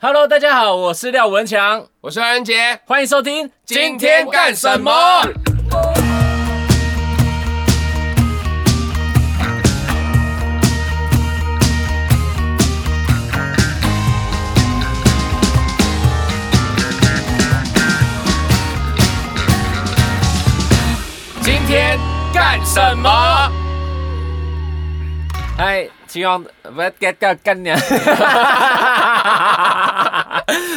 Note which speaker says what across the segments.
Speaker 1: Hello，大家好，我是廖文强，
Speaker 2: 我是安杰，
Speaker 1: 欢迎收听。？
Speaker 2: 今天干什么？
Speaker 1: 嗨，希望不要干干干娘。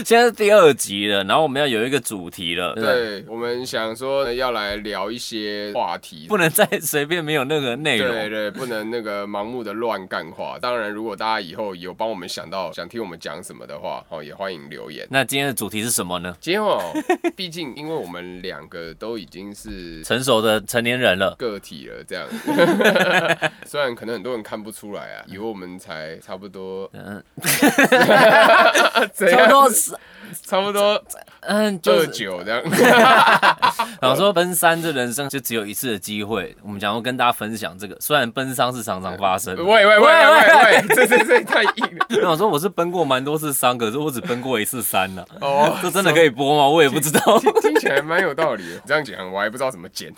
Speaker 1: 现在是第二集了，然后我们要有一个主题了，对不对，
Speaker 2: 对，我们想说要来聊一些话题，
Speaker 1: 不能再随便没有那个内
Speaker 2: 对
Speaker 1: 容。
Speaker 2: 对，不能那个盲目的乱干话。当然，如果大家以后有帮我们想到想听我们讲什么的话，哦，也欢迎留言。
Speaker 1: 那今天的主题是什么呢？
Speaker 2: 今 天哦，毕竟因为我们两个都已经是
Speaker 1: 成熟的成年人了，
Speaker 2: 个体了， 这样，虽然可能很多人看不出来啊，以为我们才差不多，
Speaker 1: 嗯，
Speaker 2: 怎
Speaker 1: 差不
Speaker 2: 样
Speaker 1: 多是，
Speaker 2: 差不多
Speaker 1: 嗯，就
Speaker 2: 二
Speaker 1: 是
Speaker 2: 九这样。
Speaker 1: 想说奔三这人生就只有一次的机会，我们想要跟大家分享这个。虽然奔丧是常常发生的，
Speaker 2: 喂喂喂喂喂，这这这太硬了
Speaker 1: 我想说我是奔过蛮多次伤，可是我只奔过一次山呢、
Speaker 2: 哦，
Speaker 1: 这真的可以播吗？我也不知道，
Speaker 2: 听起来蛮有道理的。这样讲我还不知道怎么剪，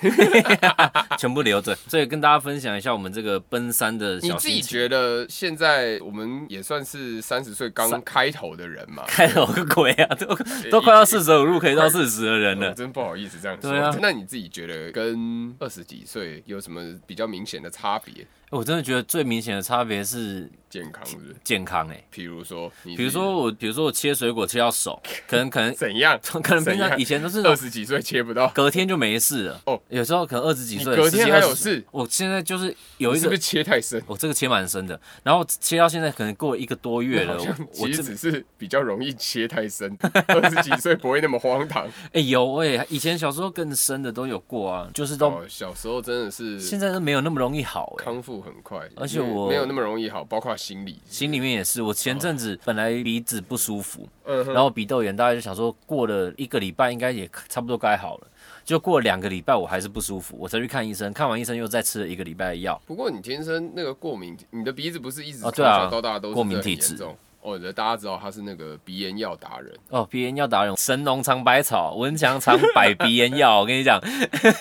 Speaker 1: 全部留着。所以跟大家分享一下我们这个奔三的
Speaker 2: 你
Speaker 1: 小
Speaker 2: 自己
Speaker 1: 心情。
Speaker 2: 觉得现在我们也算是三十岁刚开头的人嘛？
Speaker 1: 开头个鬼 啊，都都快要四舍五入可以到四十的人
Speaker 2: 我
Speaker 1: 了。
Speaker 2: 哦真不好意思这样说。
Speaker 1: 对啊
Speaker 2: 那你自己觉得跟二十几岁有什么比较明显的差别？
Speaker 1: 我真的觉得最明显的差别是
Speaker 2: 健康是不是？
Speaker 1: 健康哎、
Speaker 2: 比如说你自己，
Speaker 1: 比如说我，比如说我切水果切到手，可能 可能？
Speaker 2: 怎样
Speaker 1: 可能平
Speaker 2: 怎
Speaker 1: 常
Speaker 2: 样
Speaker 1: 以前都是
Speaker 2: 二十几岁切不到，
Speaker 1: 隔天就没事了。
Speaker 2: 哦
Speaker 1: 有时候可能二十几岁，
Speaker 2: 你隔天
Speaker 1: 17
Speaker 2: 还有
Speaker 1: 20
Speaker 2: 事
Speaker 1: 我现在就是有
Speaker 2: 你
Speaker 1: 一
Speaker 2: 是不
Speaker 1: 个
Speaker 2: 是，切太深？
Speaker 1: 我这个切蛮深的，然后切到现在可能过一个多月了。
Speaker 2: 好
Speaker 1: 我
Speaker 2: 像
Speaker 1: 我
Speaker 2: 其
Speaker 1: 这
Speaker 2: 实只是比较容易切太深，二十几岁不会那么 荒唐。
Speaker 1: 哎有我也以前小时候更深的都有过啊，就是都
Speaker 2: 哦，小时候真的
Speaker 1: 现
Speaker 2: 是
Speaker 1: 在都没有那么容易好哎。
Speaker 2: 康复很快，
Speaker 1: 而且
Speaker 2: 因为
Speaker 1: 我哦
Speaker 2: 没有那么容易好，包括心理。
Speaker 1: 心里面也是，我前阵子本来鼻子不舒服，
Speaker 2: 嗯哼
Speaker 1: 然后鼻窦炎，大概就想说过了一个礼拜应该也差不多该好了。就过了两个礼拜，我还是不舒服，我才去看医生。看完医生又再吃了一个礼拜的药，
Speaker 2: 不过你天生那个过敏，你的鼻子不是一直
Speaker 1: 哦
Speaker 2: 从
Speaker 1: 对啊
Speaker 2: 小到大都是
Speaker 1: 过敏
Speaker 2: 这很
Speaker 1: 体质
Speaker 2: 严重哦，大家知道他是那个鼻炎药达人，
Speaker 1: 哦，鼻炎药达人，神农尝百草，文强尝百鼻炎药。我跟你讲，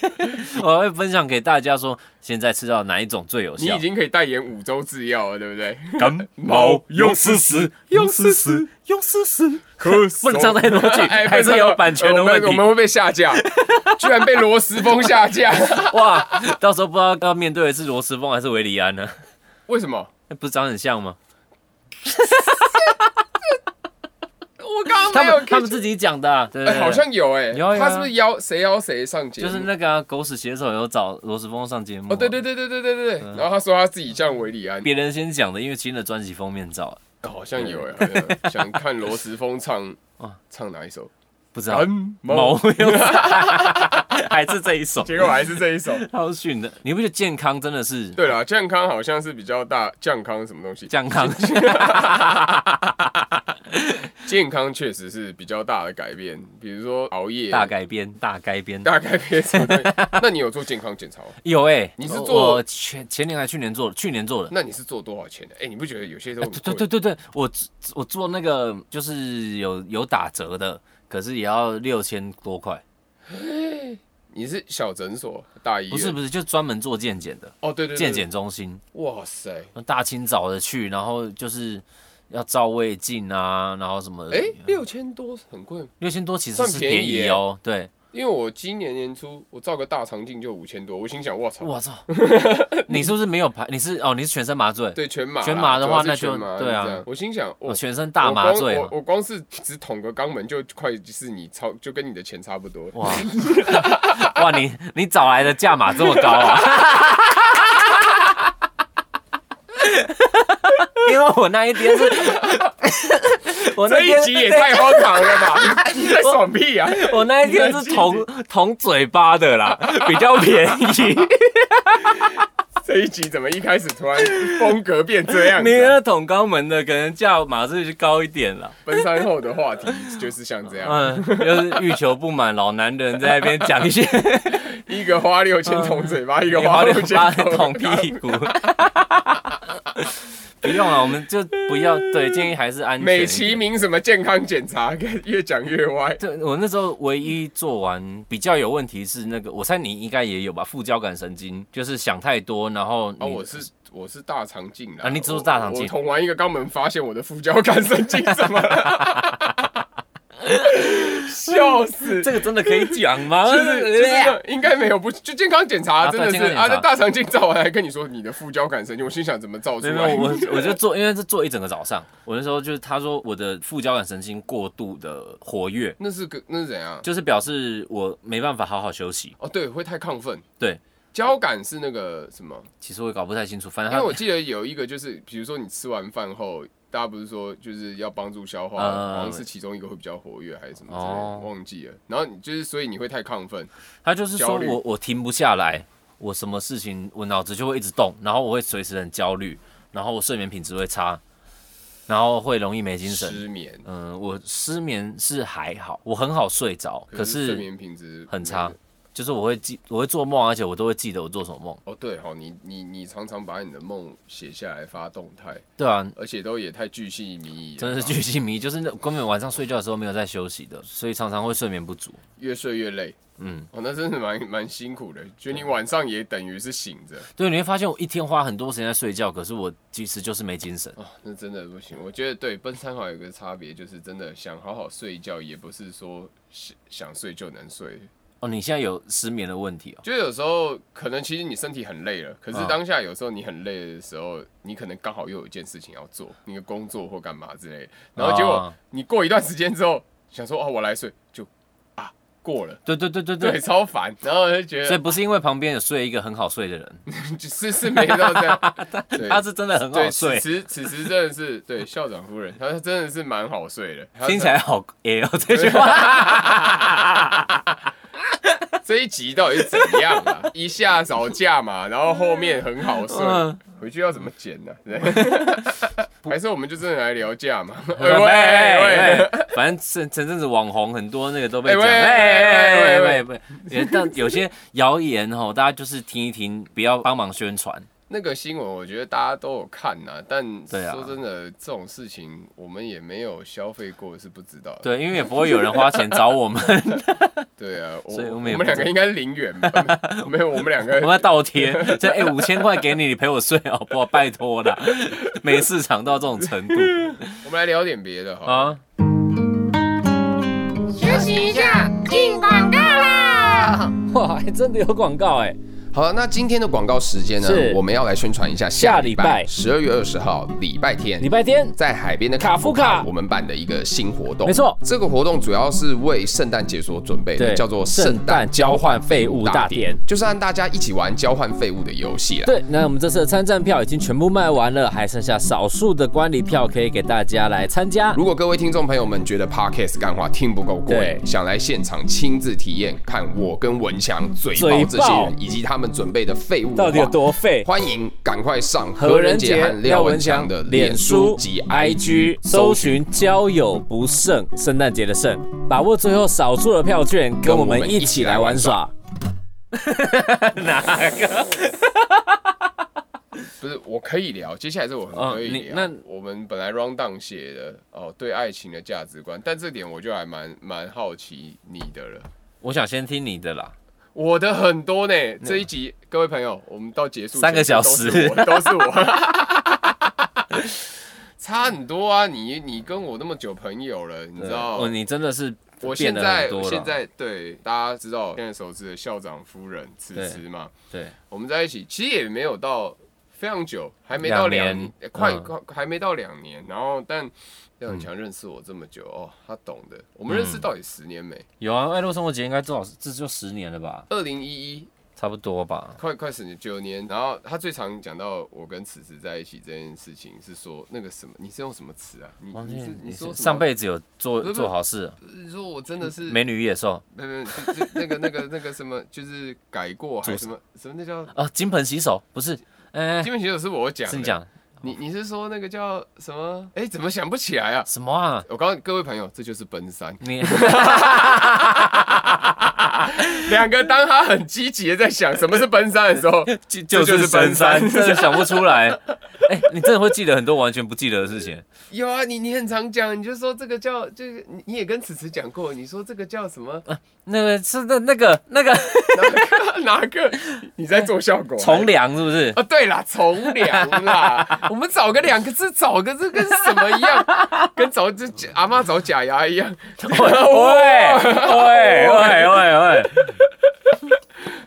Speaker 1: 我会分享给大家说，现在吃到哪一种最有
Speaker 2: 你
Speaker 1: 效
Speaker 2: 已？经可以代言五洲制药了，对不 对？
Speaker 1: 感
Speaker 2: 冒用试试用试试，
Speaker 1: 用试试。
Speaker 2: 咳
Speaker 1: 不能唱太多句
Speaker 2: 哎
Speaker 1: 还是
Speaker 2: 不能唱
Speaker 1: 有版权的
Speaker 2: 我们
Speaker 1: 问题
Speaker 2: 我们会被下架， 居然被罗斯峰下架，
Speaker 1: 哇，到时候不知道要面对的是罗斯峰还是维里安呢？
Speaker 2: 为什么？
Speaker 1: 那不是长很像吗？
Speaker 2: 我
Speaker 1: 他
Speaker 2: 刚刚没有
Speaker 1: 们他们自己讲的、啊，对
Speaker 2: 哎，好像有哎、
Speaker 1: 有啊有啊
Speaker 2: 他是不是邀谁邀谁上节目？
Speaker 1: 就是那个啊、狗屎写手有找罗斯峰上节目、
Speaker 2: 哦，对对，对对对对对对。
Speaker 1: 嗯
Speaker 2: 然后他说他自己像维里安，
Speaker 1: 别人先讲的，因为新的专辑封面照啊，
Speaker 2: 好像有哎、好像有想看罗时峰唱
Speaker 1: 啊
Speaker 2: 唱哪一首？
Speaker 1: 不知道
Speaker 2: 感
Speaker 1: 啊毛
Speaker 2: 冒，
Speaker 1: 又还是这一首，
Speaker 2: 结果还是这 一首。
Speaker 1: 超逊的。你不觉得健康真的是
Speaker 2: 对了，健康好像是比较大，健康什么东西？
Speaker 1: 健康？
Speaker 2: 健康确实是比较大的改变，比如说熬夜，
Speaker 1: 大改编，大改编。
Speaker 2: 大概变什 么东西？那你有做健康检查吗？
Speaker 1: 有哎、
Speaker 2: 你是
Speaker 1: 我
Speaker 2: 做
Speaker 1: 我前前年还去年做的，去年做的。
Speaker 2: 那你是做多少钱的？哎、你不觉得有些都很
Speaker 1: 对
Speaker 2: 贵
Speaker 1: 对对对对，我我做那个就是有有打折的，可是也要六千多块。
Speaker 2: 你是小诊所大医院？
Speaker 1: 不是不是，就专门做健检的
Speaker 2: 哦，对对对，
Speaker 1: 健检中心，
Speaker 2: 哇塞，
Speaker 1: 大清早的去，然后就是要照胃镜啊，然后什么的。
Speaker 2: 哎、六千多很贵吗？
Speaker 1: 六千多其实
Speaker 2: 算
Speaker 1: 是
Speaker 2: 便
Speaker 1: 便
Speaker 2: 宜
Speaker 1: 宜
Speaker 2: 耶
Speaker 1: 哦。对，
Speaker 2: 因为我今年年初我照个大肠镜就五千多，我心想我操，
Speaker 1: 我操，你是不是没有排？你是哦，你是全身麻醉，
Speaker 2: 对全麻啦，
Speaker 1: 全麻的话
Speaker 2: 主要是
Speaker 1: 那就
Speaker 2: 全麻
Speaker 1: 对啊
Speaker 2: 是这样我心想我
Speaker 1: 哦，全身大麻醉
Speaker 2: 我
Speaker 1: 嘛
Speaker 2: 光。我我光是只捅个肛门就快是你超就跟你的钱差不多，
Speaker 1: 哇哇，你 你找来的价码这么高啊！ 因为我那一天是， 我那
Speaker 2: 这
Speaker 1: 天哎
Speaker 2: 一集也太荒唐 了吧！你在爽屁啊！
Speaker 1: 我那一天是捅捅嘴巴的啦，比较便宜。
Speaker 2: 这一集怎么一开始突然风格变这样子
Speaker 1: 你
Speaker 2: 啊、
Speaker 1: 那捅肛门的可能价码是高一点 啦。
Speaker 2: 奔三后的话题就是像这样，
Speaker 1: 嗯，就是欲求不满，老男人在那边讲 一些
Speaker 2: 一个花六千捅嘴巴，一个
Speaker 1: 嗯花
Speaker 2: 花
Speaker 1: 六
Speaker 2: 千
Speaker 1: 八
Speaker 2: 捅
Speaker 1: 捅
Speaker 2: 肛门
Speaker 1: 屁股。 不用了，我们就不要对，建议还是安全一点。
Speaker 2: 美其名什么健康检查，越讲越歪。
Speaker 1: 对，我那时候唯一做完比较有问题是那个，我猜你应该也有吧，副交感神经，就是想太多，然后你、
Speaker 2: 哦，我是我是大肠镜的
Speaker 1: 啊你只是大肠镜
Speaker 2: 我捅完一个肛门，发现我的副交感神经怎么了？ 笑死！
Speaker 1: 这个真的可以讲吗？
Speaker 2: 就是就是应该没有不就健康检查
Speaker 1: 啊
Speaker 2: 真的
Speaker 1: 对
Speaker 2: 是
Speaker 1: 健康检查
Speaker 2: 啊，那大肠镜照完还跟你说你的副交感神经，我心想怎么照出
Speaker 1: 没
Speaker 2: 来？
Speaker 1: 有没有，我 我就做，因为是做一整个早上。我那时候就是他说我的副交感神经过度的活跃，
Speaker 2: 那是个那是怎样？
Speaker 1: 就是表示我没办法好好休息。
Speaker 2: 哦，对，会太亢奋。
Speaker 1: 对，
Speaker 2: 交感是那个什么？
Speaker 1: 其实我也搞不太清楚，反正
Speaker 2: 因为
Speaker 1: 他
Speaker 2: 我记得有一个就是，比如说你吃完饭后，大家不是说就是要帮助消化，
Speaker 1: 嗯
Speaker 2: 好像是其中一个会比较活跃还是什么之类的，
Speaker 1: 哦
Speaker 2: 忘记了。然后你就是所以你会太亢奋，
Speaker 1: 他就是
Speaker 2: 焦
Speaker 1: 说
Speaker 2: 虑
Speaker 1: 我我停不下来，我什么事情我脑子就会一直动，然后我会随时很焦虑，然后我睡眠品质会差，然后会容易没精神。
Speaker 2: 失眠，
Speaker 1: 嗯，我失眠是还好，我很好睡着，可
Speaker 2: 是
Speaker 1: 是
Speaker 2: 睡眠品质
Speaker 1: 很差。。就是我会记，我会做梦，而且我都会记得我做什么梦。
Speaker 2: 哦，对哦，你你你常常把你的梦写下来发动态，
Speaker 1: 对啊，
Speaker 2: 而且都也太巨细靡遗了吧，啊
Speaker 1: 真的是巨细迷，就是那根本晚上睡觉的时候没有在休息的，所以常常会睡眠不足。
Speaker 2: 越睡越累。
Speaker 1: 嗯，
Speaker 2: 哦，那真的蛮蛮辛苦的，就你晚上也等于是醒着。
Speaker 1: 对，你会发现我一天花很多时间在睡觉，可是我其实就是没精神。
Speaker 2: 啊，那真的不行。我觉得对奔三好有个差别，就是真的想好好睡一觉，也不是说想想睡就能睡。
Speaker 1: 哦，你现在有失眠的问题哦。
Speaker 2: 就有时候可能其实你身体很累了，可是
Speaker 1: 嗯
Speaker 2: 当下有时候你很累的时候，你可能刚好又有一件事情要做，你的工作或干嘛之类的，然后结果
Speaker 1: 啊
Speaker 2: 你过一段时间之后，想说哦我来睡，就啊过了。
Speaker 1: 对对对对
Speaker 2: 对，
Speaker 1: 对，
Speaker 2: 超烦，然后就觉
Speaker 1: 所以
Speaker 2: 得
Speaker 1: 不是因为旁边有睡一个很好睡的人，
Speaker 2: 就是是没到这样，对
Speaker 1: 他是真的很好
Speaker 2: 对，
Speaker 1: 睡
Speaker 2: 此，时此时真的是对校长夫人，她真的是蛮好睡的，她
Speaker 1: 听起来好 L 这句话。
Speaker 2: 这一集到底是怎样 啊？一下找架嘛，然后后面很好睡，
Speaker 1: 嗯
Speaker 2: 回去要怎么剪呢、对 还是我们就真的来聊 架嘛？喂哎
Speaker 1: 喂
Speaker 2: 喂喂，
Speaker 1: 喂，反正前前阵子网红很多那个都被
Speaker 2: 哎
Speaker 1: 讲，
Speaker 2: 喂
Speaker 1: 喂
Speaker 2: 喂
Speaker 1: 喂
Speaker 2: 喂
Speaker 1: 喂喂，但有些谣言哦，大家就是听一听，不要帮忙宣传。
Speaker 2: 那个新闻我觉得大家都有看呐、但
Speaker 1: 对啊
Speaker 2: 说真的，这种事情我们也没有消费过，是不知道的。
Speaker 1: 对，因为也不会有人花钱找我们，
Speaker 2: 对啊，我
Speaker 1: 所以我
Speaker 2: 我
Speaker 1: 们
Speaker 2: 们
Speaker 1: 也
Speaker 2: 两
Speaker 1: 不知道
Speaker 2: 个应该是零元 吧？没有，我们两
Speaker 1: 我们
Speaker 2: 个
Speaker 1: 要倒贴，这哎五千块给你，你陪我睡好不好？拜托啦，没市场到这种程度
Speaker 2: 我们来聊点别的哈。
Speaker 1: 啊！
Speaker 3: 休息一下，进广告啦！
Speaker 1: 哇，还真的有广告哎、
Speaker 2: 好，那今天的广告时间呢
Speaker 1: 是，
Speaker 2: 我们要来宣传一下
Speaker 1: 下
Speaker 2: 下
Speaker 1: 礼
Speaker 2: 礼
Speaker 1: 拜
Speaker 2: 拜十二月二十号礼拜天，
Speaker 1: 礼拜天
Speaker 2: 在海边的
Speaker 1: 卡
Speaker 2: 卡
Speaker 1: 夫
Speaker 2: 夫
Speaker 1: 卡
Speaker 2: 卡，我们办的一个新活动。
Speaker 1: 没错
Speaker 2: 这个活动主要是为圣诞节所准备的，
Speaker 1: 对
Speaker 2: 叫做
Speaker 1: 圣
Speaker 2: 圣
Speaker 1: 诞
Speaker 2: 诞
Speaker 1: 交换废物大典
Speaker 2: 典，就是让大家一起玩交换废物的游戏啊啦。
Speaker 1: 对，那我们这次的参战票已经全部卖完了，还剩下少数的观礼票可以给大家来参加。
Speaker 2: 如果各位听众朋友们觉得 podcast 干话听不够过
Speaker 1: 对
Speaker 2: 瘾，想来现场亲自体验，看我跟文强嘴
Speaker 1: 嘴
Speaker 2: 爆这些
Speaker 1: 爆
Speaker 2: 人以及他们准备的废物的
Speaker 1: 到底有
Speaker 2: 话
Speaker 1: 多废？
Speaker 2: 欢迎赶快上
Speaker 1: 何
Speaker 2: 何
Speaker 1: 仁
Speaker 2: 仁杰
Speaker 1: 杰
Speaker 2: 和廖文强的脸书及 IG
Speaker 1: 搜
Speaker 2: 搜寻，
Speaker 1: 寻“交友不慎”，圣诞节的圣，把握最后少数的票券，跟我们一起来玩耍。哪个？
Speaker 2: 不是我可以聊，接下来是我很可以
Speaker 1: 哦你
Speaker 2: 聊。
Speaker 1: 那
Speaker 2: 我们本来 round down 写的哦，对爱情的价值观，但这点我就还蛮蛮好奇你的了。
Speaker 1: 我想先听你的啦。
Speaker 2: 我的很多呢，这一集各位朋友，我们到结束前
Speaker 1: 三个小时
Speaker 2: 都是我，都是我， 差很多啊！你你跟我那么久朋友了，你知道？
Speaker 1: 哦，你真的是
Speaker 2: 我
Speaker 1: 变
Speaker 2: 现
Speaker 1: 得
Speaker 2: 在
Speaker 1: 很多了。
Speaker 2: 现在对大家知道现在熟知的校长夫人迟迟嘛，
Speaker 1: 对，
Speaker 2: 我们在一起其实也没有到非常久，还没到
Speaker 1: 两年
Speaker 2: 两年，呃快
Speaker 1: 嗯
Speaker 2: 快还没到两年。然后但廖永强认识我这么久哦，他懂的。我们认
Speaker 1: 嗯
Speaker 2: 识到底十年没？
Speaker 1: 有啊，爱乐生活节应该至少这就十年了吧，
Speaker 2: 二零一一
Speaker 1: 差不多吧。
Speaker 2: 快快十年九年。然后他最常讲到我跟此时在一起这件事情，是说那个什么，你是用什么词啊？你
Speaker 1: 忘
Speaker 2: 你
Speaker 1: 记
Speaker 2: 是你说什么
Speaker 1: 上辈子有做
Speaker 2: 不是
Speaker 1: 做好事，
Speaker 2: 你说我真的是
Speaker 1: 美女与野兽
Speaker 2: 没没就就那个那个那个什么，就是改过还
Speaker 1: 主
Speaker 2: 是 什么什么那叫。
Speaker 1: 哦，金盆洗手不是？哎、
Speaker 2: 基本选手是我讲的，
Speaker 1: 是你讲
Speaker 2: 你你是说那个叫什么？哎、怎么想不起来啊？
Speaker 1: 什么啊？
Speaker 2: 我告诉各位朋友，这就是奔三。
Speaker 1: 你
Speaker 2: 两个当他很积极的在想什么是奔三的时候，
Speaker 1: 就就是
Speaker 2: 奔
Speaker 1: 奔
Speaker 2: 三
Speaker 1: 三，真的想不出来。哎、你真的会记得很多完全不记得的事情。
Speaker 2: 有啊，你你很常讲，你就说这个叫就是你你也跟此慈讲过，你说这个叫什么
Speaker 1: 那个是那那个那个
Speaker 2: 哪个哪个？你在做效果？
Speaker 1: 从良是不是？
Speaker 2: 啊，对啦，从良 啦，我们找个两个字，找个字跟什么一样？跟找这阿妈找假牙一样。
Speaker 1: 喂
Speaker 2: 哦
Speaker 1: 喂喂喂喂！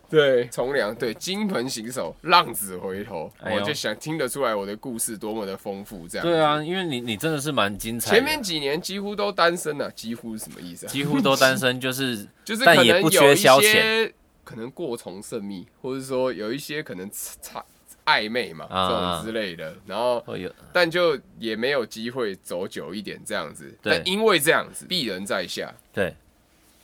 Speaker 2: 对，从良，对，金盆洗手，浪子回头，
Speaker 1: 哎呦
Speaker 2: 我就想听得出来我的故事多么的丰富，这样。
Speaker 1: 对，啊，因为你你真的是蛮精彩的。
Speaker 2: 前面几年几乎都单身啊，几乎是什么意思啊？
Speaker 1: 几乎都单身，就是
Speaker 2: 就是可
Speaker 1: 但
Speaker 2: 能
Speaker 1: 也不
Speaker 2: 有
Speaker 1: 缺
Speaker 2: 一
Speaker 1: 消遣
Speaker 2: 些可能过从甚密，或者说有一些可能差暧昧嘛、
Speaker 1: 啊
Speaker 2: 这种之类的，然后
Speaker 1: 会有
Speaker 2: 但就也没有机会走久一点这样子。
Speaker 1: 对
Speaker 2: 但因为这样子，鄙人在下，
Speaker 1: 对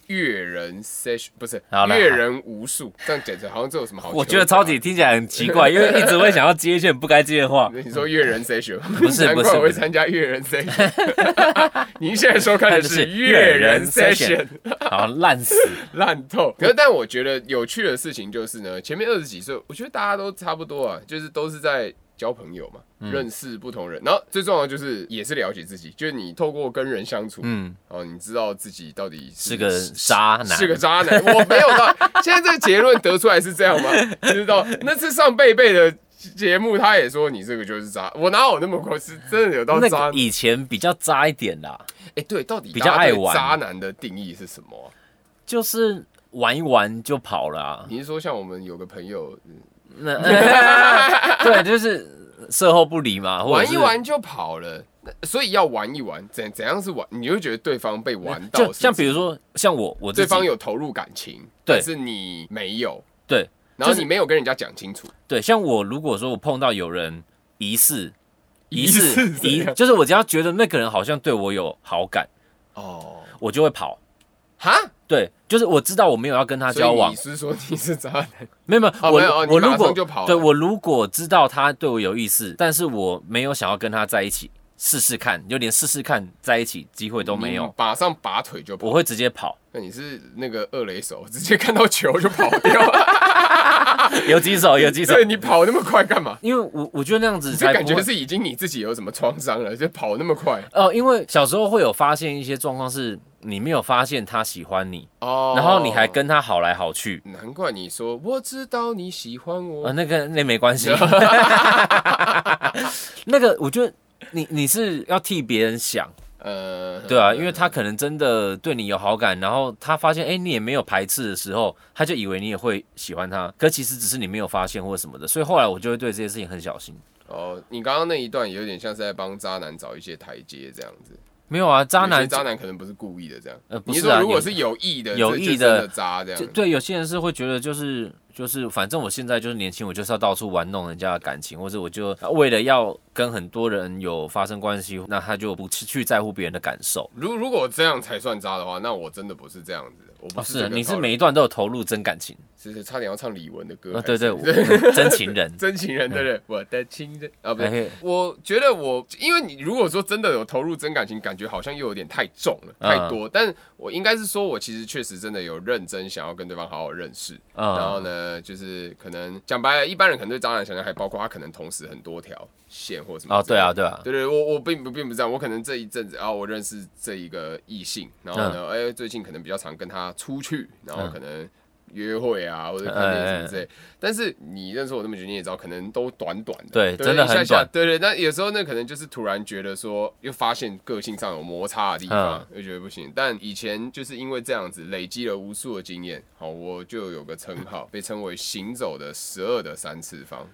Speaker 2: 阅人 session 不是
Speaker 1: 好了
Speaker 2: 阅人无数，这样简直好像这有什么好？
Speaker 1: 我觉得超级。听起来很奇怪，因为一直会想要接一些不该接的 话。
Speaker 2: 啊你说阅人 session，
Speaker 1: 不是
Speaker 2: 难
Speaker 1: 不是
Speaker 2: 怪我
Speaker 1: 不
Speaker 2: 会
Speaker 1: 是
Speaker 2: 参加阅人 session。您 现在收看的是
Speaker 1: 是
Speaker 2: 阅
Speaker 1: 阅
Speaker 2: 人
Speaker 1: 人
Speaker 2: session
Speaker 1: session。好 烂死，
Speaker 2: 烂透。可是，但我觉得有趣的事情就是呢，前面二十几岁，我觉得大家都差不多啊，就是都是在交朋友嘛，
Speaker 1: 嗯
Speaker 2: 认识不同人，然后最重要的就是也是了解自己，就是你透过跟人相处，
Speaker 1: 嗯，
Speaker 2: 哦，你知道自己到底是
Speaker 1: 是个渣男，
Speaker 2: 是个渣 男。我没有到现在这个结论得出来是这样吗？知道那次上贝贝的。节目他也说你这个就是渣，我哪有那么过？是真的有到
Speaker 1: 那
Speaker 2: 渣
Speaker 1: 个？以前比较渣一点啦，
Speaker 2: 哎、对，到底
Speaker 1: 比较
Speaker 2: 大家
Speaker 1: 爱
Speaker 2: 对
Speaker 1: 玩
Speaker 2: 渣男的定义是什么啊、
Speaker 1: 就是玩一玩就跑了啊。
Speaker 2: 你是说像我们有个朋友
Speaker 1: 那 对，就是售后不理嘛，或者
Speaker 2: 玩一
Speaker 1: 是
Speaker 2: 玩就跑了，那所以要玩一玩，怎怎样是玩？你就觉得对方被玩到，
Speaker 1: 就像比如，说像我我自
Speaker 2: 对
Speaker 1: 己
Speaker 2: 方有投入感情，
Speaker 1: 对
Speaker 2: 但是你没有，
Speaker 1: 对
Speaker 2: 然
Speaker 1: 就
Speaker 2: 后
Speaker 1: 是
Speaker 2: 你没有跟人家讲清楚，
Speaker 1: 对，像我如果说我碰到有人疑似疑
Speaker 2: 是
Speaker 1: 似
Speaker 2: 怎
Speaker 1: 疑
Speaker 2: 样，
Speaker 1: 就是我只要觉得那个人好像对我有好感，
Speaker 2: 哦，
Speaker 1: 我就会跑。
Speaker 2: 哈，
Speaker 1: 对，就是我知道我没有要跟他
Speaker 2: 所以
Speaker 1: 交往
Speaker 2: 你，是说你是渣男？
Speaker 1: 没有没有，
Speaker 2: 哦
Speaker 1: 我
Speaker 2: 没有哦你
Speaker 1: 我
Speaker 2: 马
Speaker 1: 如果
Speaker 2: 上就跑了
Speaker 1: 对我如果知道他对我有意思，但是我没有想要跟他在一起，试试看，就连试试看在一起机会都没
Speaker 2: 你
Speaker 1: 有，
Speaker 2: 马上拔腿就
Speaker 1: 我
Speaker 2: 跑。
Speaker 1: 会直接跑。
Speaker 2: 那你是那个二垒手，直接看到球就跑掉，
Speaker 1: 有几 手有几手
Speaker 2: 所，以你跑那么快干嘛？
Speaker 1: 因为我我觉得那样子
Speaker 2: 你这
Speaker 1: 才
Speaker 2: 感
Speaker 1: 不
Speaker 2: 觉
Speaker 1: 会。
Speaker 2: 是已经你自己有什么创伤了，就跑那么快
Speaker 1: 哦，因为小时候会有发现一些状况，是你没有发现他喜欢你，
Speaker 2: 哦
Speaker 1: 然后你还跟他好来好去，
Speaker 2: 难怪你说我知道你喜欢我
Speaker 1: 啊，，那个那没 关系， 那个我觉得你你是要替别人想，
Speaker 2: 呃，
Speaker 1: 对啊，因为他可能真的对你有好感，然后他发现哎、诶你也没有排斥的时候，他就以为你也会喜欢他，可其实只是你没有发现或什么的，所以后来我就会对这些事情很小心。
Speaker 2: 哦，你刚刚那一段有点像是在帮渣男找一些台阶这样子。
Speaker 1: 没有啊，渣
Speaker 2: 有
Speaker 1: 男
Speaker 2: 些渣男可能不是故意的这样，
Speaker 1: 呃不
Speaker 2: 你
Speaker 1: 是
Speaker 2: 说
Speaker 1: 啊
Speaker 2: 如果
Speaker 1: 有
Speaker 2: 是有意的，
Speaker 1: 有
Speaker 2: 这就
Speaker 1: 意
Speaker 2: 真的
Speaker 1: 的
Speaker 2: 渣这
Speaker 1: 就
Speaker 2: 样。
Speaker 1: 对，有些人是会觉得就是就是，反正我现在就是年轻，我就是要到处玩弄人家的感情，或者我就为了要跟很多人有发生关系，那他就不去去在乎别人的感 受。
Speaker 2: 如如果这样才算渣的话，那我真的不是这样子的，我不
Speaker 1: 哦，
Speaker 2: 是
Speaker 1: 是
Speaker 2: 这
Speaker 1: 啊
Speaker 2: 个
Speaker 1: 你是
Speaker 2: 套路
Speaker 1: 每一段都有投入真感情，
Speaker 2: 是是差点要唱李玟的歌
Speaker 1: 啊，
Speaker 2: 还
Speaker 1: 对 对，
Speaker 2: 是
Speaker 1: 我真情 人，
Speaker 2: 真情人对不对？我的情人啊，不
Speaker 1: 哎
Speaker 2: 对
Speaker 1: 嘿，
Speaker 2: 我觉得我，因为你如果说真的有投入真感情，感觉好像又有点太重了，
Speaker 1: 嗯
Speaker 2: 太多。但我应该是说，我其实确实真的有认真想要跟对方好好认识。
Speaker 1: 嗯
Speaker 2: 然后呢，就是可能讲白了，一般人可能对渣男想象还包括他可能同时很多条线或什么。
Speaker 1: 哦，对啊，。对啊，
Speaker 2: 对对，我我并不并不是这样，我可能这一阵子啊，我认识这一个异性，然后呢，
Speaker 1: 嗯
Speaker 2: 哎、最近可能比较常跟他出去，然后可能约会啊，
Speaker 1: 哎
Speaker 2: 或者看电影什么之类。但是你认识我那么久，你也知道，可能都短短的，
Speaker 1: 对
Speaker 2: 对
Speaker 1: 真的很
Speaker 2: 一下下
Speaker 1: 短
Speaker 2: 对对，那有时候那可能就是突然觉得说，又发现个性上有摩擦的地方，
Speaker 1: 嗯
Speaker 2: 又觉得不行。但以前就是因为这样子，累积了无数的经验，好，我就有个称号，被称为行走的十二的三次方。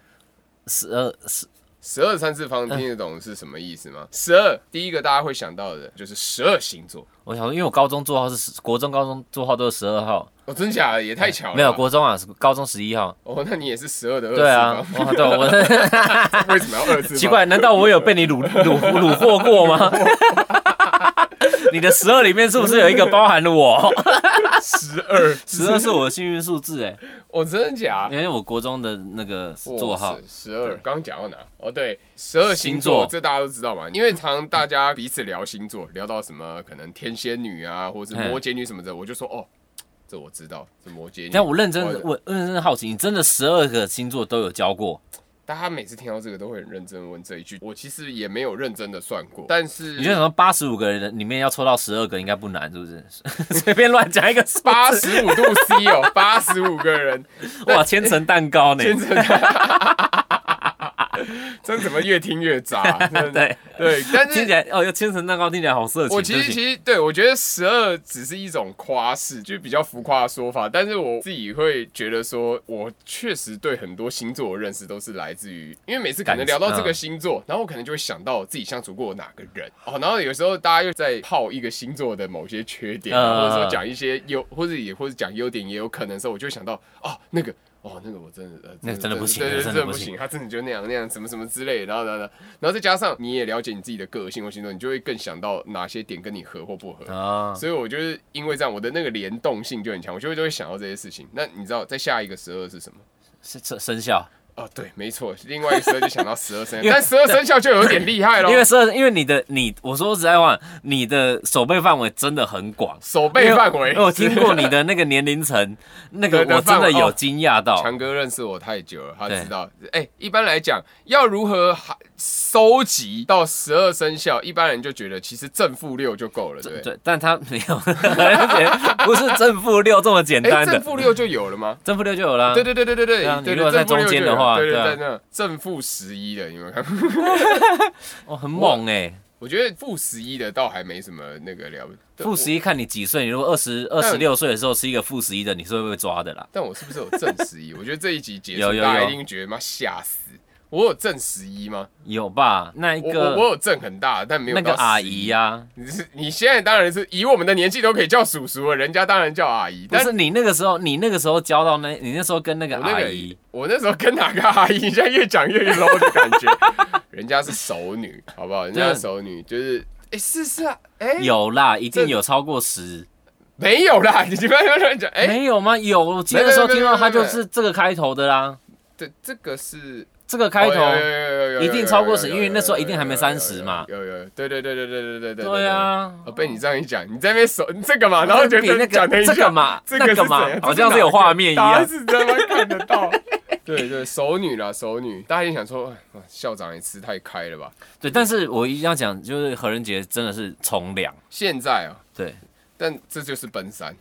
Speaker 1: 十呃二十
Speaker 2: 十二三次方听得懂是什么意思吗？十二，第一个大家会想到的就是十二星座。
Speaker 1: 我想说，因为我高中座号是十国中、高中座号都是十二号，
Speaker 2: 哦，真假的也太巧了吧。
Speaker 1: 没有国中啊，是高中十一号。
Speaker 2: 哦，那你也是十二的二次
Speaker 1: 对啊
Speaker 2: 方，，
Speaker 1: 哇，对 我
Speaker 2: 为什么要二次 方？
Speaker 1: 奇怪，难道我有被你虏虏虏获过吗？ 你的十二里面是不是有一个包含了我？
Speaker 2: 十二，
Speaker 1: 十二是我的幸运数字哎，
Speaker 2: 哦，真的假
Speaker 1: 因？为我国中的那个座号，
Speaker 2: 十二，刚刚讲到哪？哦，对，十二星
Speaker 1: 星
Speaker 2: 座
Speaker 1: 座
Speaker 2: 这大家都知道嘛，因为常大家彼此聊星座，聊到什么可能天蝎女啊，或者是摩羯女什么的，我就说哦，这我知道，这摩羯女。
Speaker 1: 但我认真
Speaker 2: 我，
Speaker 1: 我认真好奇，你真的十二个星座都有教过？
Speaker 2: 大家每次听到这个都会很认真问这一句，我其实也没有认真的算过，但是
Speaker 1: 你就想说八十五个人里面要抽到十二个，应该不难，是不是？ 随便乱讲一个数字，
Speaker 2: 八十五度 C 哦，八十五个人，
Speaker 1: 哇，千层蛋糕呢？
Speaker 2: 真 的，真怎么越听越渣？真的
Speaker 1: 对，
Speaker 2: 对，但
Speaker 1: 听起
Speaker 2: 是。
Speaker 1: 来哦，又千层蛋糕听起来好色情。
Speaker 2: 我其
Speaker 1: 对不
Speaker 2: 实
Speaker 1: 起
Speaker 2: 其实对我觉得十二只是一种夸饰，就比较浮夸的说法。但是我自己会觉得说，我确实对很多星座的认识都是来自于，因为每次可能
Speaker 1: 感
Speaker 2: 聊到这个
Speaker 1: 嗯
Speaker 2: 星座，然后我可能就会想到我自己相处过哪个人哦。然后有时候大家又在泡一个星座的某些缺点，啊
Speaker 1: 嗯
Speaker 2: 或者说讲一些优，或者也或者讲优点也有可能的时候，我就会想到哦那个。哦，那个我真的，呃，
Speaker 1: 那个真的不行
Speaker 2: 对
Speaker 1: 那
Speaker 2: 对
Speaker 1: 个真
Speaker 2: 真
Speaker 1: 的
Speaker 2: 的
Speaker 1: 不
Speaker 2: 不
Speaker 1: 行
Speaker 2: 行，他真的就那样那样，什么什么之类的，然后然后然后然后再加上你也了解你自己的个性或星座，你就会更想到哪些点跟你合或不合。
Speaker 1: 啊，
Speaker 2: 所以我就是因为这样，我的那个联动性就很强，我就会就会想到这些事情。那你知道在下一个十二是什么？
Speaker 1: 生生生肖，
Speaker 2: 哦，对，没错，另外一个十二就想到十二生
Speaker 1: 因
Speaker 2: 肖，
Speaker 1: 为
Speaker 2: 但十二生肖就有点厉害咯。
Speaker 1: 因为十二，因为你的你，我说实在话，你的手背范围真的很广。
Speaker 2: 手背范围
Speaker 1: 因为，我听过你的那个年龄 层，那个
Speaker 2: 对对
Speaker 1: 我真的
Speaker 2: 范围
Speaker 1: 有
Speaker 2: 哦
Speaker 1: 惊讶到。
Speaker 2: 强哥认识我太久了，他
Speaker 1: 对
Speaker 2: 知道。哎、一般来讲，要如何还收集到十二生肖，一般人就觉得其实正负六就够了，对不对？
Speaker 1: 对，但他没有，而且不是正负六这么简
Speaker 2: 哎、
Speaker 1: 单的
Speaker 2: 正，负六就有了吗？
Speaker 1: 正负六就有啦。
Speaker 2: 对对对对对对
Speaker 1: 对啊，你
Speaker 2: 对
Speaker 1: 如果在
Speaker 2: 正负六
Speaker 1: 中间
Speaker 2: 就有
Speaker 1: 的话
Speaker 2: 对对
Speaker 1: 对啊
Speaker 2: 在那正负十一的，你有没有看过？
Speaker 1: 哦，很猛哎、
Speaker 2: 我觉得负十一的倒还没什么那个了不得。
Speaker 1: 负十
Speaker 2: 一，
Speaker 1: 一看你几岁，你如果二十二十六岁的时候是一个负十一的，你是会被抓的啦。
Speaker 2: 但我是不是有正十一？我觉得这一集结束，
Speaker 1: 有有有
Speaker 2: 大家一定觉得妈吓死。我有正十一吗？
Speaker 1: 有吧？那一
Speaker 2: 我我
Speaker 1: 个
Speaker 2: 我有正很大，但没有
Speaker 1: 那个
Speaker 2: 到
Speaker 1: 阿
Speaker 2: 11
Speaker 1: 姨啊呀、
Speaker 2: 你是你现在当然是以我们的年纪都可以叫叔叔了，人家当然叫阿姨。
Speaker 1: 不
Speaker 2: 但
Speaker 1: 是你那个时候，你那个时候交到那，你那时候跟那个
Speaker 2: 我那
Speaker 1: 阿
Speaker 2: 个
Speaker 1: 姨，
Speaker 2: 我那时候跟哪个阿姨，现在越讲越 low 的感觉。人家是熟女，好不好？人家是熟女就是，哎、是是啊，哎、
Speaker 1: 有啦，一定
Speaker 2: 这
Speaker 1: 有超过十，
Speaker 2: 没有啦？你不要乱讲，哎、
Speaker 1: 没有吗？有，我记得
Speaker 2: 没
Speaker 1: 那时候
Speaker 2: 没
Speaker 1: 听到
Speaker 2: 没
Speaker 1: 他就
Speaker 2: 没
Speaker 1: 是这个开头的啦，
Speaker 2: 这这个是
Speaker 1: 这个开头。
Speaker 2: 哦有有有有有有
Speaker 1: 一定超过10
Speaker 2: 有有有有有有有有有有有有
Speaker 1: 因为那时候一定还没30嘛
Speaker 2: 有有有有，对对对对对对对对
Speaker 1: 对。啊，
Speaker 2: 哦，被你这样一讲，你在那边手这个嘛，然后觉
Speaker 1: 比那
Speaker 2: 得讲
Speaker 1: 个
Speaker 2: 了一
Speaker 1: 这
Speaker 2: 下
Speaker 1: 个嘛，
Speaker 2: 这个
Speaker 1: 那
Speaker 2: 是
Speaker 1: 个嘛
Speaker 2: 怎样，
Speaker 1: 好像是有画面一
Speaker 2: 答案
Speaker 1: 样。
Speaker 2: 是真的看得到。对对，熟女啦，熟女，大家也想说，哎哇校长也吃太开了吧？
Speaker 1: 对，但是我一定要讲，就是何仁杰真的是从良，
Speaker 2: 现在啊，
Speaker 1: 对，
Speaker 2: 但这就是奔三，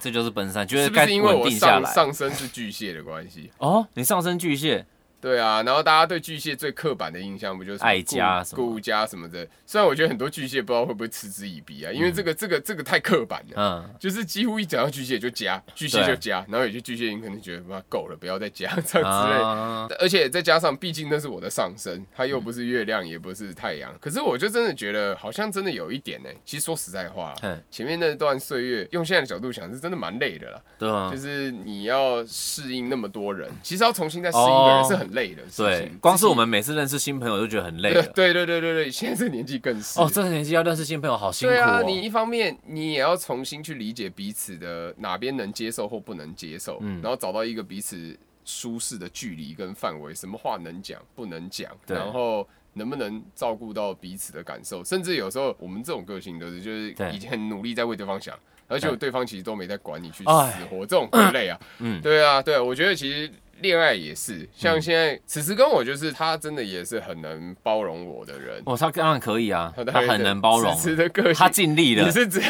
Speaker 1: 这就是奔三，觉
Speaker 2: 是
Speaker 1: 得
Speaker 2: 不
Speaker 1: 该
Speaker 2: 是因为
Speaker 1: 稳
Speaker 2: 我
Speaker 1: 定下
Speaker 2: 上
Speaker 1: 来。
Speaker 2: 上身是巨蟹的关系？
Speaker 1: 哦，你上升巨蟹，
Speaker 2: 对啊，然后大家对巨蟹最刻板的印象不就是什么
Speaker 1: 爱家
Speaker 2: 顾
Speaker 1: 什么
Speaker 2: 顾家什么的？虽然我觉得很多巨蟹不知道会不会嗤之以鼻啊，因为这个这个这个太刻板了。
Speaker 1: 嗯，
Speaker 2: 就是几乎一讲到巨蟹就加，巨蟹就加，然后有些巨蟹你可能觉得妈够了，不要再加这样之类的。
Speaker 1: 啊，
Speaker 2: 而且再加上，毕竟那是我的上身，它又不是月亮，也不是太
Speaker 1: 嗯
Speaker 2: 阳。可是我就真的觉得，好像真的有一点呢、其实说实在话啦
Speaker 1: 嗯，
Speaker 2: 前面那段岁月，用现在的角度想，是真的蛮累的啦。
Speaker 1: 对啊
Speaker 2: 就，是你要适应那么 多人，其实要重新再适应一个人
Speaker 1: 哦
Speaker 2: 是很累的事情。
Speaker 1: 对，光是我们每次认识新朋友就觉得很累
Speaker 2: 对
Speaker 1: 了。
Speaker 2: 对对对对对，现在这个年纪更是
Speaker 1: 哦，这个年纪要认识新朋友好辛苦
Speaker 2: 对啊，
Speaker 1: 哦。
Speaker 2: 你一方面你也要重新去理解彼此的哪边能接受或不能接受，
Speaker 1: 嗯
Speaker 2: 然后找到一个彼此舒适的距离跟范围，什么话能讲不能讲，
Speaker 1: 对
Speaker 2: 然后。能不能照顾到彼此的感受？甚至有时候我们这种个性都是，就是
Speaker 1: 对
Speaker 2: 已经很努力在为对方想，而且
Speaker 1: 对
Speaker 2: 对方其实都没在管你去死
Speaker 1: 哎
Speaker 2: 活，这种很累啊。
Speaker 1: 嗯
Speaker 2: 对啊，对啊，我觉得其实恋爱也是，像现在此时跟我，就是他真的也是很能包容我的人，
Speaker 1: 哦，他当然可以 啊，
Speaker 2: 他
Speaker 1: 他很能包容，
Speaker 2: 此时的个性
Speaker 1: 他尽力
Speaker 2: 你
Speaker 1: 了，
Speaker 2: 是指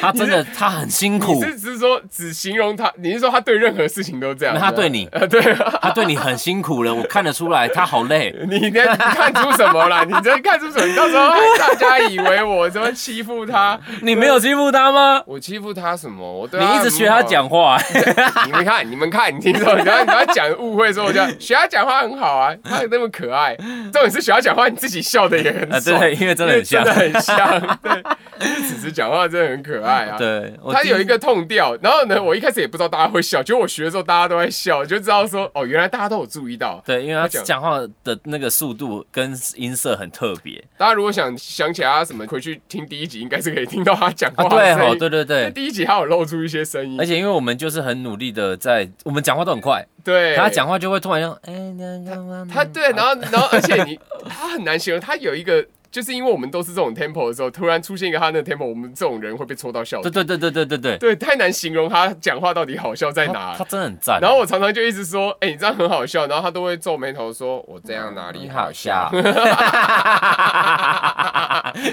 Speaker 1: 他真的他很辛苦
Speaker 2: 你，是只说只形容他？你是说他对任何事情都这样？
Speaker 1: 那他对你
Speaker 2: 呃，对啊，
Speaker 1: 他对你很辛苦了，我看得出来，他好 累。
Speaker 2: 你 你看出什么啦？你真看出什么？你到时候还大家以为我怎么欺负他？
Speaker 1: 你没有欺负他吗？
Speaker 2: 我欺负他什么？我对啊
Speaker 1: 你
Speaker 2: 他
Speaker 1: 一直
Speaker 2: 很
Speaker 1: 学他
Speaker 2: 好，
Speaker 1: 讲话，
Speaker 2: 你们看，你们看，你听说，然后你把他讲误会说，我就学他讲话很好啊，他那么可爱。重点是学他讲话，你自己笑的也很
Speaker 1: 啊，
Speaker 2: 爽，
Speaker 1: 对，因为真的很像
Speaker 2: 因，为真的很像。对，就是只是讲话真的很 可爱啊。
Speaker 1: 对，我
Speaker 2: 他
Speaker 1: 哦第
Speaker 2: 有一个痛调，然后呢，我一开始也不知道大家会笑，结果我学的时候大家都在笑，就知道说哦，原来大家都有注意到。
Speaker 1: 对，因为他
Speaker 2: 讲
Speaker 1: 讲话的那个速度跟音色很特别
Speaker 2: 大家如果想想起来他什么，回去听第一集，应该是可以听到他讲
Speaker 1: 啊，
Speaker 2: 话
Speaker 1: 对
Speaker 2: 的声
Speaker 1: 哦，
Speaker 2: 音。
Speaker 1: 对对
Speaker 2: 因为
Speaker 1: 对，
Speaker 2: 第一集他有露出一些声音
Speaker 1: 而，且因为我们就是很努力的在，我们讲话都很快，
Speaker 2: 对，
Speaker 1: 他讲话就会突然用，哎，那那那
Speaker 2: 他对，然后然后而且你他很难形容，他有一个就是因为我们都是这种 tempo 的时候，突然出现一个他那个 tempo，我们这种人会被戳到笑
Speaker 1: 对
Speaker 2: 点。
Speaker 1: 对对对对对对，
Speaker 2: 对，太难形容他讲话到底好笑在哪
Speaker 1: 他他。真的很赞。
Speaker 2: 然后我常常就一直说，哎、你这样很好笑，然后他都会皱眉头说，我这样哪里
Speaker 1: 你
Speaker 2: 好
Speaker 1: 好
Speaker 2: 笑？
Speaker 1: 笑，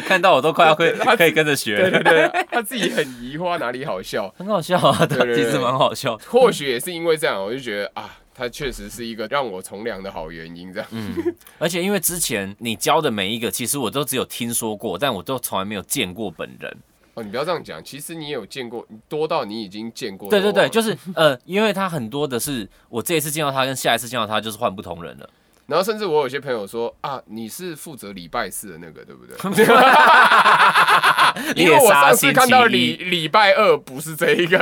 Speaker 1: 看到我都快要 会可以跟着
Speaker 2: 对对
Speaker 1: 学，
Speaker 2: 对，他自己很疑惑哪里好笑。
Speaker 1: 很好笑啊，
Speaker 2: 对
Speaker 1: 他
Speaker 2: 对
Speaker 1: 其实蛮好笑。
Speaker 2: 或许也是因为这样，我就觉得啊，他确实是一个让我从良的好原因。这样，
Speaker 1: 而且因为之前你教的每一个，其实我都只有听说过，但我都从来没有见过本人。
Speaker 2: 哦，你不要这样讲，其实你也有见过，多到你已经见过。。
Speaker 1: 对对对，就是是呃，因为他很多的是我这一次见到他跟下一次见到他就是换不同人了。
Speaker 2: 然后甚至我有些朋友说啊，你是负责礼拜四的那个，对不对？ 因为我上次看到礼礼拜二不是这一个，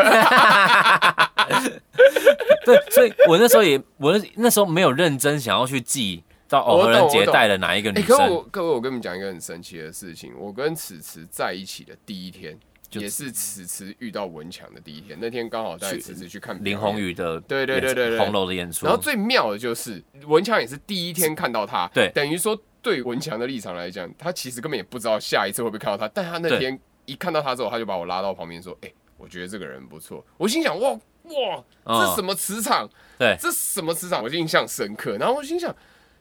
Speaker 1: 对，所以我那时候也我那那时候没有认真想要去记到哦
Speaker 2: 我
Speaker 1: 何
Speaker 2: 懂
Speaker 1: 人杰
Speaker 2: 我懂
Speaker 1: 带了哪一个
Speaker 2: 哎，
Speaker 1: 女
Speaker 2: 可
Speaker 1: 生，
Speaker 2: 我各位，我跟你们讲一个很神奇的事情，我跟此慈在一起的第一天，
Speaker 1: 就
Speaker 2: 也是此慈遇到文强的第一天，那天刚好带
Speaker 1: 去
Speaker 2: 此慈去看表
Speaker 1: 林
Speaker 2: 演
Speaker 1: 宏。宇的
Speaker 2: 对对对对对
Speaker 1: 红楼的演出，
Speaker 2: 然后最妙的就是文强也是第一天看到他，
Speaker 1: 对
Speaker 2: 等于说对文强的立场来讲，他其实根本也不知道下一次会不会看到他，但他那
Speaker 1: 对
Speaker 2: 天一看到他之后，他就把我拉到旁边说：“哎、我觉得这个人不错。”我心想：“哇哇，
Speaker 1: 嗯
Speaker 2: 这什么磁场？
Speaker 1: 对
Speaker 2: 这什么磁场？”我就印象深刻。然后我心想，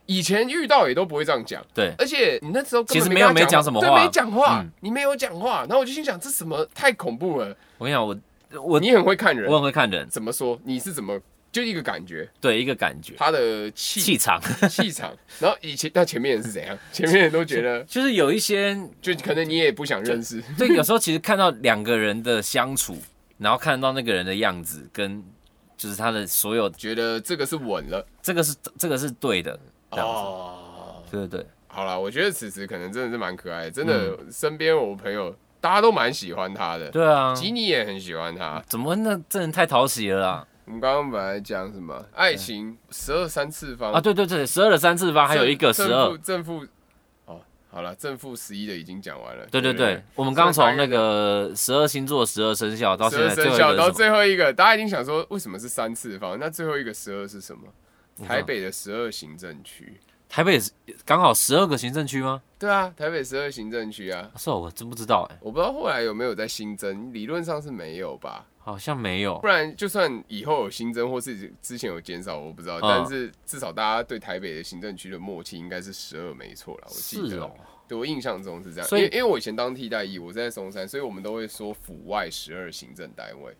Speaker 2: 以前遇到也都不会这样讲。
Speaker 1: 对
Speaker 2: 而且你那时候根本
Speaker 1: 其实
Speaker 2: 没
Speaker 1: 没有
Speaker 2: 跟他
Speaker 1: 没讲什么
Speaker 2: 对
Speaker 1: 话
Speaker 2: 没讲话，
Speaker 1: 嗯
Speaker 2: 你没有讲话。然后我就心想，这什么太恐怖了！
Speaker 1: 我跟你讲，我我
Speaker 2: 你很会看人
Speaker 1: 我，很会看人，
Speaker 2: 怎么说？你是怎么就一个感觉，
Speaker 1: 对一个感觉
Speaker 2: 他的气
Speaker 1: 气 场，
Speaker 2: 气场。然后以前那前面人是怎样？前面人都 觉得，
Speaker 1: 就是有一些
Speaker 2: 就可能你也不想认识。
Speaker 1: 对，有时候其实看到两个人的相处，然后看到那个人的样子跟。就是他的所有，
Speaker 2: 觉得这个是稳了
Speaker 1: 这个是这个是对的，这样子
Speaker 2: 哦。
Speaker 1: 对对对，
Speaker 2: 好啦，我觉得此时可能真的是蛮可爱的，真的、身边我朋友大家都蛮喜欢他的，
Speaker 1: 嗯对啊，
Speaker 2: 吉尼也很喜欢他。
Speaker 1: 怎么那这人太讨喜了啊啦？
Speaker 2: 我们刚刚本来讲什么爱情十二三次方
Speaker 1: 啊，，对对对，十二的三次方，还有一个十
Speaker 2: 正
Speaker 1: 二
Speaker 2: 正负，正负哦，好了，正负十一的已经讲完了。
Speaker 1: 对对对，我们刚从那个十二星座、十二生肖到
Speaker 2: 十
Speaker 1: 现
Speaker 2: 二
Speaker 1: 在最
Speaker 2: 生
Speaker 1: 后一
Speaker 2: 肖
Speaker 1: 个
Speaker 2: 到
Speaker 1: 是什么？
Speaker 2: 最后一个，大家一定想说为什么是三次方？那最后一个十二是什么？
Speaker 1: 知道
Speaker 2: 台北的十二行政区。
Speaker 1: 台北是刚好十二个行政区吗？
Speaker 2: 对啊，台北十二行政区啊，
Speaker 1: 是哦，我真不知道哎，
Speaker 2: 我不知道后来有没有在新增，理论上是没有吧？
Speaker 1: 好像没有
Speaker 2: 不。然就算以后有新增，或是之前有减少，我不知道。
Speaker 1: 嗯
Speaker 2: 但是至少大家对台北的行政区的默契应该是十二没错啦。我记
Speaker 1: 是
Speaker 2: 得，
Speaker 1: 哦，
Speaker 2: 对我印象中是这样。
Speaker 1: 所以
Speaker 2: 因为因为我以前当替代役，我在松山，所以我们都会说府外十二行政单位，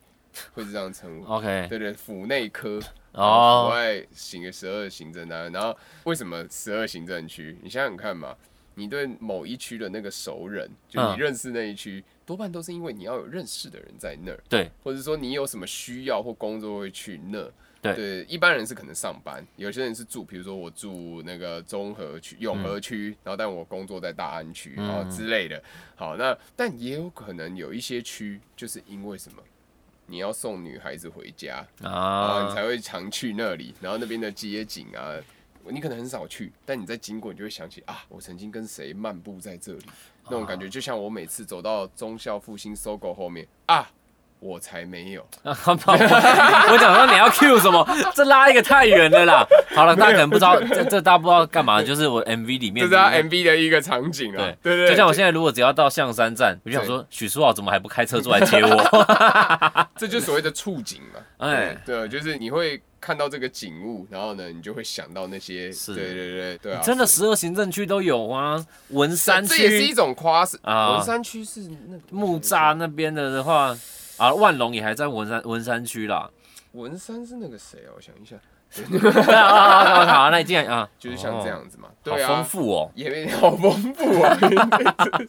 Speaker 2: 会是这样称呼。
Speaker 1: ，OK，
Speaker 2: 对对，府内科
Speaker 1: 哦
Speaker 2: 府外行十二行政单位，然后为什么十二行政区？你想想看嘛，你对某一区的那个熟人，就
Speaker 1: 嗯
Speaker 2: 你认识那一区，多半都是因为你要有认识的人在那儿，
Speaker 1: 对，
Speaker 2: 或者说你有什么需要或工作会去那。
Speaker 1: 对
Speaker 2: 一般人是可能上班，有些人是住，比如说我住那个中和区、永
Speaker 1: 嗯
Speaker 2: 和区，然后但我工作在大安区，然后之类的。好，那但也有可能有一些区，就是因为什么，你要送女孩子回家，啊，你
Speaker 1: 啊，
Speaker 2: 才会常去那里，然后那边的街景啊，你可能很少去，但你在经过，你就会想起啊，我曾经跟谁漫步在这里，那种
Speaker 1: 啊
Speaker 2: 感觉，就像我每次走到忠孝复兴搜狗后面啊，我才没有，
Speaker 1: 哎我讲说你要 Q 什 么，这拉一个太远了啦。好了，大家可能不知道，这这大家不知道干嘛，就是我 MV 里
Speaker 2: 这
Speaker 1: 面
Speaker 2: 是他 MV 的一个场景啊
Speaker 1: 对，
Speaker 2: 对对，
Speaker 1: 就像我
Speaker 2: 这
Speaker 1: 现在如果只要到象山站，我就想说许书豪怎么还不开车出来接我？
Speaker 2: 这就是所谓的触景嘛，
Speaker 1: 哎
Speaker 2: 哎，对，就是你会看到这个景物，然后呢，你就会想到那些，
Speaker 1: 是
Speaker 2: 对对对对啊，
Speaker 1: 真的十二行政区都有啊，文山
Speaker 2: 这也是一
Speaker 1: 区、
Speaker 2: 种夸饰
Speaker 1: 啊
Speaker 2: 文山区是那个
Speaker 1: 木栅那边的的话，啊，万隆也还在文山文山区 啦。
Speaker 2: 文山是那个谁啊？我想 一下，
Speaker 1: 啊啊啊啊！好，那你竟然啊，
Speaker 2: 就是像这
Speaker 1: 哦，
Speaker 2: 样子嘛，
Speaker 1: 好
Speaker 2: 对啊，
Speaker 1: 丰富哦。
Speaker 2: 也没好丰富 啊！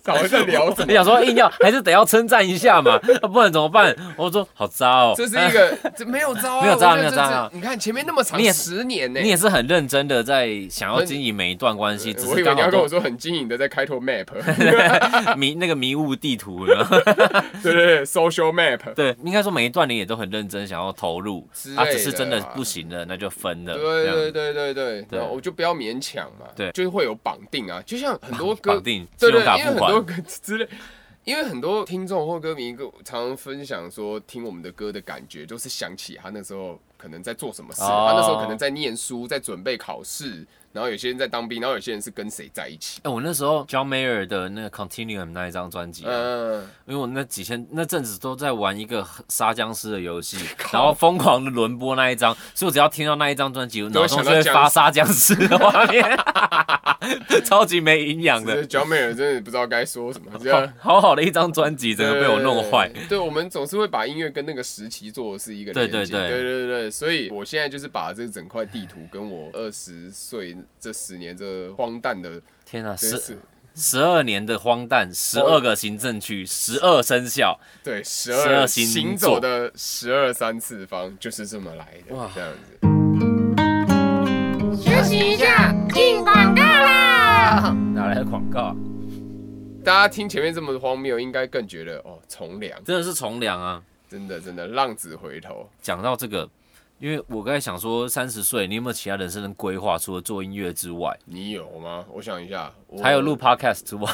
Speaker 2: 早上在聊什
Speaker 1: 你
Speaker 2: 么？
Speaker 1: 想说硬要还是得要称赞一下嘛，啊不然怎么办？我说好渣哦，
Speaker 2: 这是一个这没有招啊，
Speaker 1: 没有招
Speaker 2: 我
Speaker 1: 没
Speaker 2: 觉得
Speaker 1: 有招
Speaker 2: 这是
Speaker 1: 啊
Speaker 2: 你看前面那么长，
Speaker 1: 你也是
Speaker 2: 十年呢、
Speaker 1: 你也是很认真的在想要经营每一段关系，只
Speaker 2: 呃我以
Speaker 1: 是
Speaker 2: 为
Speaker 1: 刚
Speaker 2: 你
Speaker 1: 好
Speaker 2: 要跟我
Speaker 1: 都
Speaker 2: 说很经营的在开 拓 map，
Speaker 1: 迷那个迷雾地图呢。
Speaker 2: 对对对，social map，
Speaker 1: 对，应该说每一段你也都很认真想要投入
Speaker 2: 之，
Speaker 1: 啊，
Speaker 2: 类
Speaker 1: 只是
Speaker 2: 的
Speaker 1: 真的
Speaker 2: 啊
Speaker 1: 不行了，那就分了。
Speaker 2: 对
Speaker 1: 这样
Speaker 2: 对对对对，
Speaker 1: 对
Speaker 2: 然后我就不要勉强嘛，
Speaker 1: 对
Speaker 2: 就是会有绑定啊，就像很多歌
Speaker 1: 绑，定信
Speaker 2: 对
Speaker 1: 用
Speaker 2: 对，
Speaker 1: 卡
Speaker 2: 因为
Speaker 1: 付
Speaker 2: 很多
Speaker 1: 款，
Speaker 2: 歌 之类。因为很多听众或歌迷跟我常常分享说，听我们的歌的感觉，就是想起他那时候可可能在做什么事，
Speaker 1: 哦
Speaker 2: 他那时候可能在念书，在准备考试，然后有些人在当兵，然后有些人是跟谁在一起。
Speaker 1: 哎、我那时候 John Mayer 的那个 Continuum 那一张专辑啊，
Speaker 2: 嗯，
Speaker 1: 因为我那几天那阵子都在玩一个杀僵尸的游 戏，然后疯狂的轮播那一张，所以我只要听到那一张专辑，我脑中就会发杀僵尸的画面， 超级没营养
Speaker 2: 这
Speaker 1: 的，
Speaker 2: j o h 真的不知道该说什 么，这样
Speaker 1: 好好的一张专辑，整个被我弄坏。
Speaker 2: 对。对，我们总是会把音乐跟那个时期做的是一个
Speaker 1: 对
Speaker 2: 连接
Speaker 1: 对对
Speaker 2: 对对对对所以我现在就是把这整块地图跟我二十岁这十年这荒诞的
Speaker 1: 天哪、
Speaker 2: 这
Speaker 1: 十
Speaker 2: 是
Speaker 1: 十二年的荒诞，十二个行政区，十二生肖，
Speaker 2: 对十
Speaker 1: 12
Speaker 2: 二
Speaker 1: 星座
Speaker 2: 行走的十二三次方就是这么来的，这样子。
Speaker 3: 休息一下，进广告啦！
Speaker 1: 哪来的广告、啊？
Speaker 2: 大家听前面这么荒谬，应该更觉得哦从良，
Speaker 1: 真的是从良啊！
Speaker 2: 真的真的浪子回头。
Speaker 1: 讲到这个，因为我刚才想说，三十岁你有没有其他人生的规划？除了做音乐之外，
Speaker 2: 你有吗？我想一下，我
Speaker 1: 还有录 podcast 之外，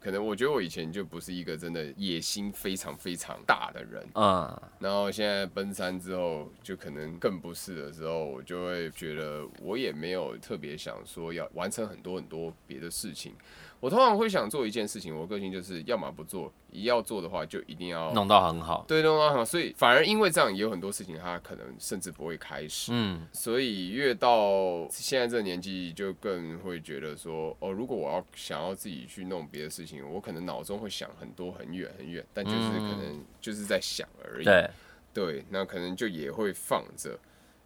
Speaker 2: 可能我觉得我以前就不是一个真的野心非常非常大的人，
Speaker 1: 嗯，
Speaker 2: 然后现在奔三之后，就可能更不是的时候，我就会觉得我也没有特别想说要完成很多很多别的事情。我通常会想做一件事情，我个性就是要么不做，一要做的话就一定要
Speaker 1: 弄到很好。
Speaker 2: 对弄到很好。所以反而因为这样，也有很多事情它可能甚至不会开始。
Speaker 1: 嗯，
Speaker 2: 所以越到现在这个年纪，就更会觉得说，哦，如果我要想要自己去弄别的事情，我可能脑中会想很多很远很远，但就是可能就是在想而已。
Speaker 1: 嗯对，
Speaker 2: 对，那可能就也会放着。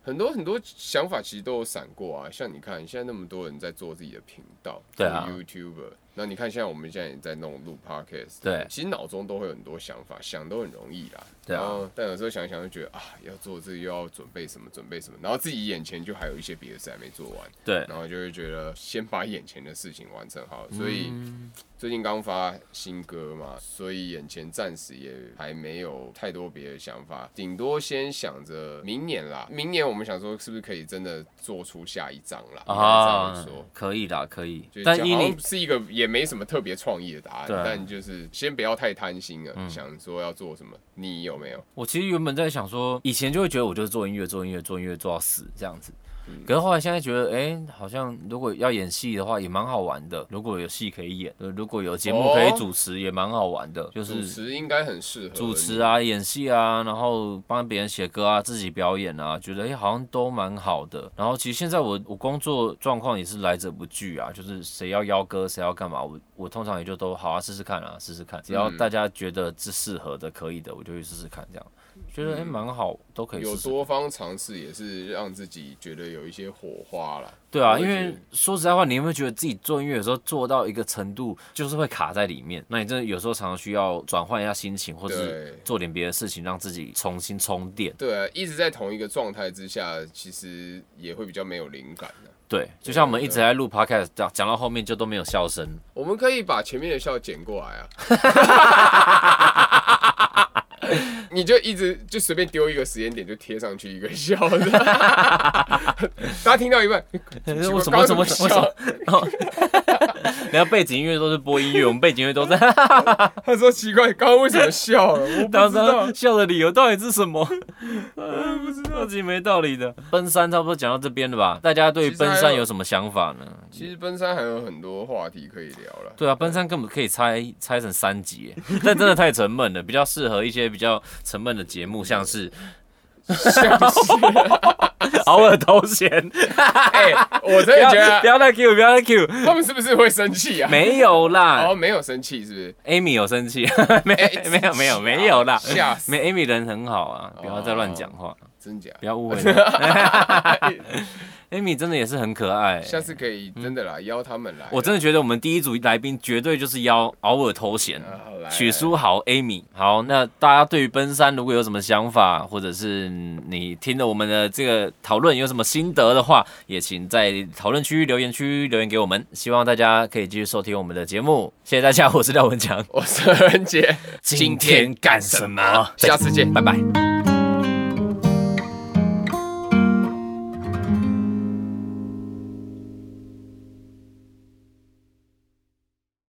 Speaker 2: 很多很多想法其实都有闪过啊，像你看现在那么多人在做自己的频道，
Speaker 1: 对啊
Speaker 2: 做 YouTuber，那你看现在我们现在也在弄录 Podcast，
Speaker 1: 对
Speaker 2: 其实脑中都会有很多想法，想都很容易啦，
Speaker 1: 对啊
Speaker 2: 然后但有时候想一想就觉得啊，要做这个又要准备什么准备什么，然后自己眼前就还有一些别的事还没做完，
Speaker 1: 对，
Speaker 2: 然后就会觉得先把眼前的事情完成好，所以。
Speaker 1: 嗯
Speaker 2: 最近刚发新歌嘛，所以眼前暂时也还没有太多别的想法，顶多先想着明年啦。明年我们想说是不是可以真的做出下一张啦？啊，这样
Speaker 1: 啊
Speaker 2: 说，。
Speaker 1: 可以的，可以
Speaker 2: 就。
Speaker 1: 但
Speaker 2: 讲
Speaker 1: 依
Speaker 2: 好
Speaker 1: 你
Speaker 2: 像，是一个也没什么特别创意的答案，
Speaker 1: 对啊嗯
Speaker 2: 但就是先不要太贪心了，想说要做什么，你有没有？
Speaker 1: 我其实原本在想说，以前就会觉得我就是做音乐，做音乐，做音乐做到死这样子。
Speaker 2: 嗯
Speaker 1: 可是后来现在觉得，哎、好像如果要演戏的话也蛮好玩的，如果有戏可以演，呃如果有节目可以
Speaker 2: 哦
Speaker 1: 主持也蛮好玩的，就
Speaker 2: 主
Speaker 1: 是
Speaker 2: 持应该很适合
Speaker 1: 主持
Speaker 2: 你，
Speaker 1: 啊、演戏啊，然后帮别人写歌啊、自己表演啊，觉得哎、诶好像都蛮好的。然后其实现在我我工作状况也是来者不拒啊，就是谁要邀歌谁要干嘛，我我通常也就都好啊试试看啊试试看，只要
Speaker 2: 嗯
Speaker 1: 大家觉得是适合的可以的，我就去试试看这样。觉得哎蛮、好，都可以
Speaker 2: 嗯有
Speaker 1: 试试。
Speaker 2: 多方尝试也是让自己觉得有一些火花啦。
Speaker 1: 对啊，
Speaker 2: 我也
Speaker 1: 因
Speaker 2: 觉
Speaker 1: 为
Speaker 2: 得
Speaker 1: 说实在话，你有没有觉得自己做音乐有时候做到一个程度，就是会卡在里面？那你真的有时候常常需要转换一下心情，或者是
Speaker 2: 对
Speaker 1: 做点别的事情，让自己重新充电。
Speaker 2: 对，啊一直在同一个状态之下，其实也会比较没有灵感啊的、
Speaker 1: 对，就像我们一直在录 podcast，讲讲到后面就都没有笑 声。
Speaker 2: 我们可以把前面的笑剪过来啊， 你就一直就随便丢一个时间点就贴上去一个笑的，大家听到一半，奇怪
Speaker 1: 为什么？
Speaker 2: 刚
Speaker 1: 为什
Speaker 2: 刚怎
Speaker 1: 么？为
Speaker 2: 么
Speaker 1: 什么？然后， 然后背景音乐都是播音乐，我们背景音乐都在，
Speaker 2: 他说奇怪，刚刚为什么笑了？我不
Speaker 1: 当
Speaker 2: 知道
Speaker 1: 时。笑的理由到底是什么？ 哎不知道，超级没道理的。奔三差不多讲到这边了吧？大家对于
Speaker 2: 其实还
Speaker 1: 奔三
Speaker 2: 有
Speaker 1: 有什么想法呢？
Speaker 2: 其实奔山还有很多话题可以聊 了。
Speaker 1: 对啊，奔三根本可以拆拆成三集耶，但真的太沉闷了，比较适合一些比较沉闷的节目，像是
Speaker 2: 像是
Speaker 1: 偶尔头衔。
Speaker 2: 哎、我真
Speaker 1: 不
Speaker 2: 的
Speaker 1: 要
Speaker 2: 觉
Speaker 1: 不
Speaker 2: 得
Speaker 1: 要再 Q，不要再 Q，
Speaker 2: 他们是不是会生气啊？
Speaker 1: 没有啦
Speaker 2: 哦，没有生气是不是？
Speaker 1: ，Amy 有生气， 没
Speaker 2: 哎哦
Speaker 1: 没有没有没有啦，
Speaker 2: 吓死！哦
Speaker 1: 没 Amy 人很好啊，不要再乱讲话，
Speaker 2: 真假？
Speaker 1: 不要误会了。Amy 真的也是很可爱，
Speaker 2: 下次可以真的啦，邀他们来。啊
Speaker 1: 我真的觉得我们第一组来宾绝对就是邀偶尔头衔。
Speaker 2: 啊好来
Speaker 1: 许书豪 Amy，好，那大家对于奔山如果有什么想法，或者是你听了我们的这个讨论有什么心得的话，也请在讨论区、留言区留言给我们。希望大家可以继续收听我们的节目，谢谢大家，我是廖文强。
Speaker 2: 我是恩杰，
Speaker 1: 今天干什么
Speaker 2: 下次见。
Speaker 1: 拜拜。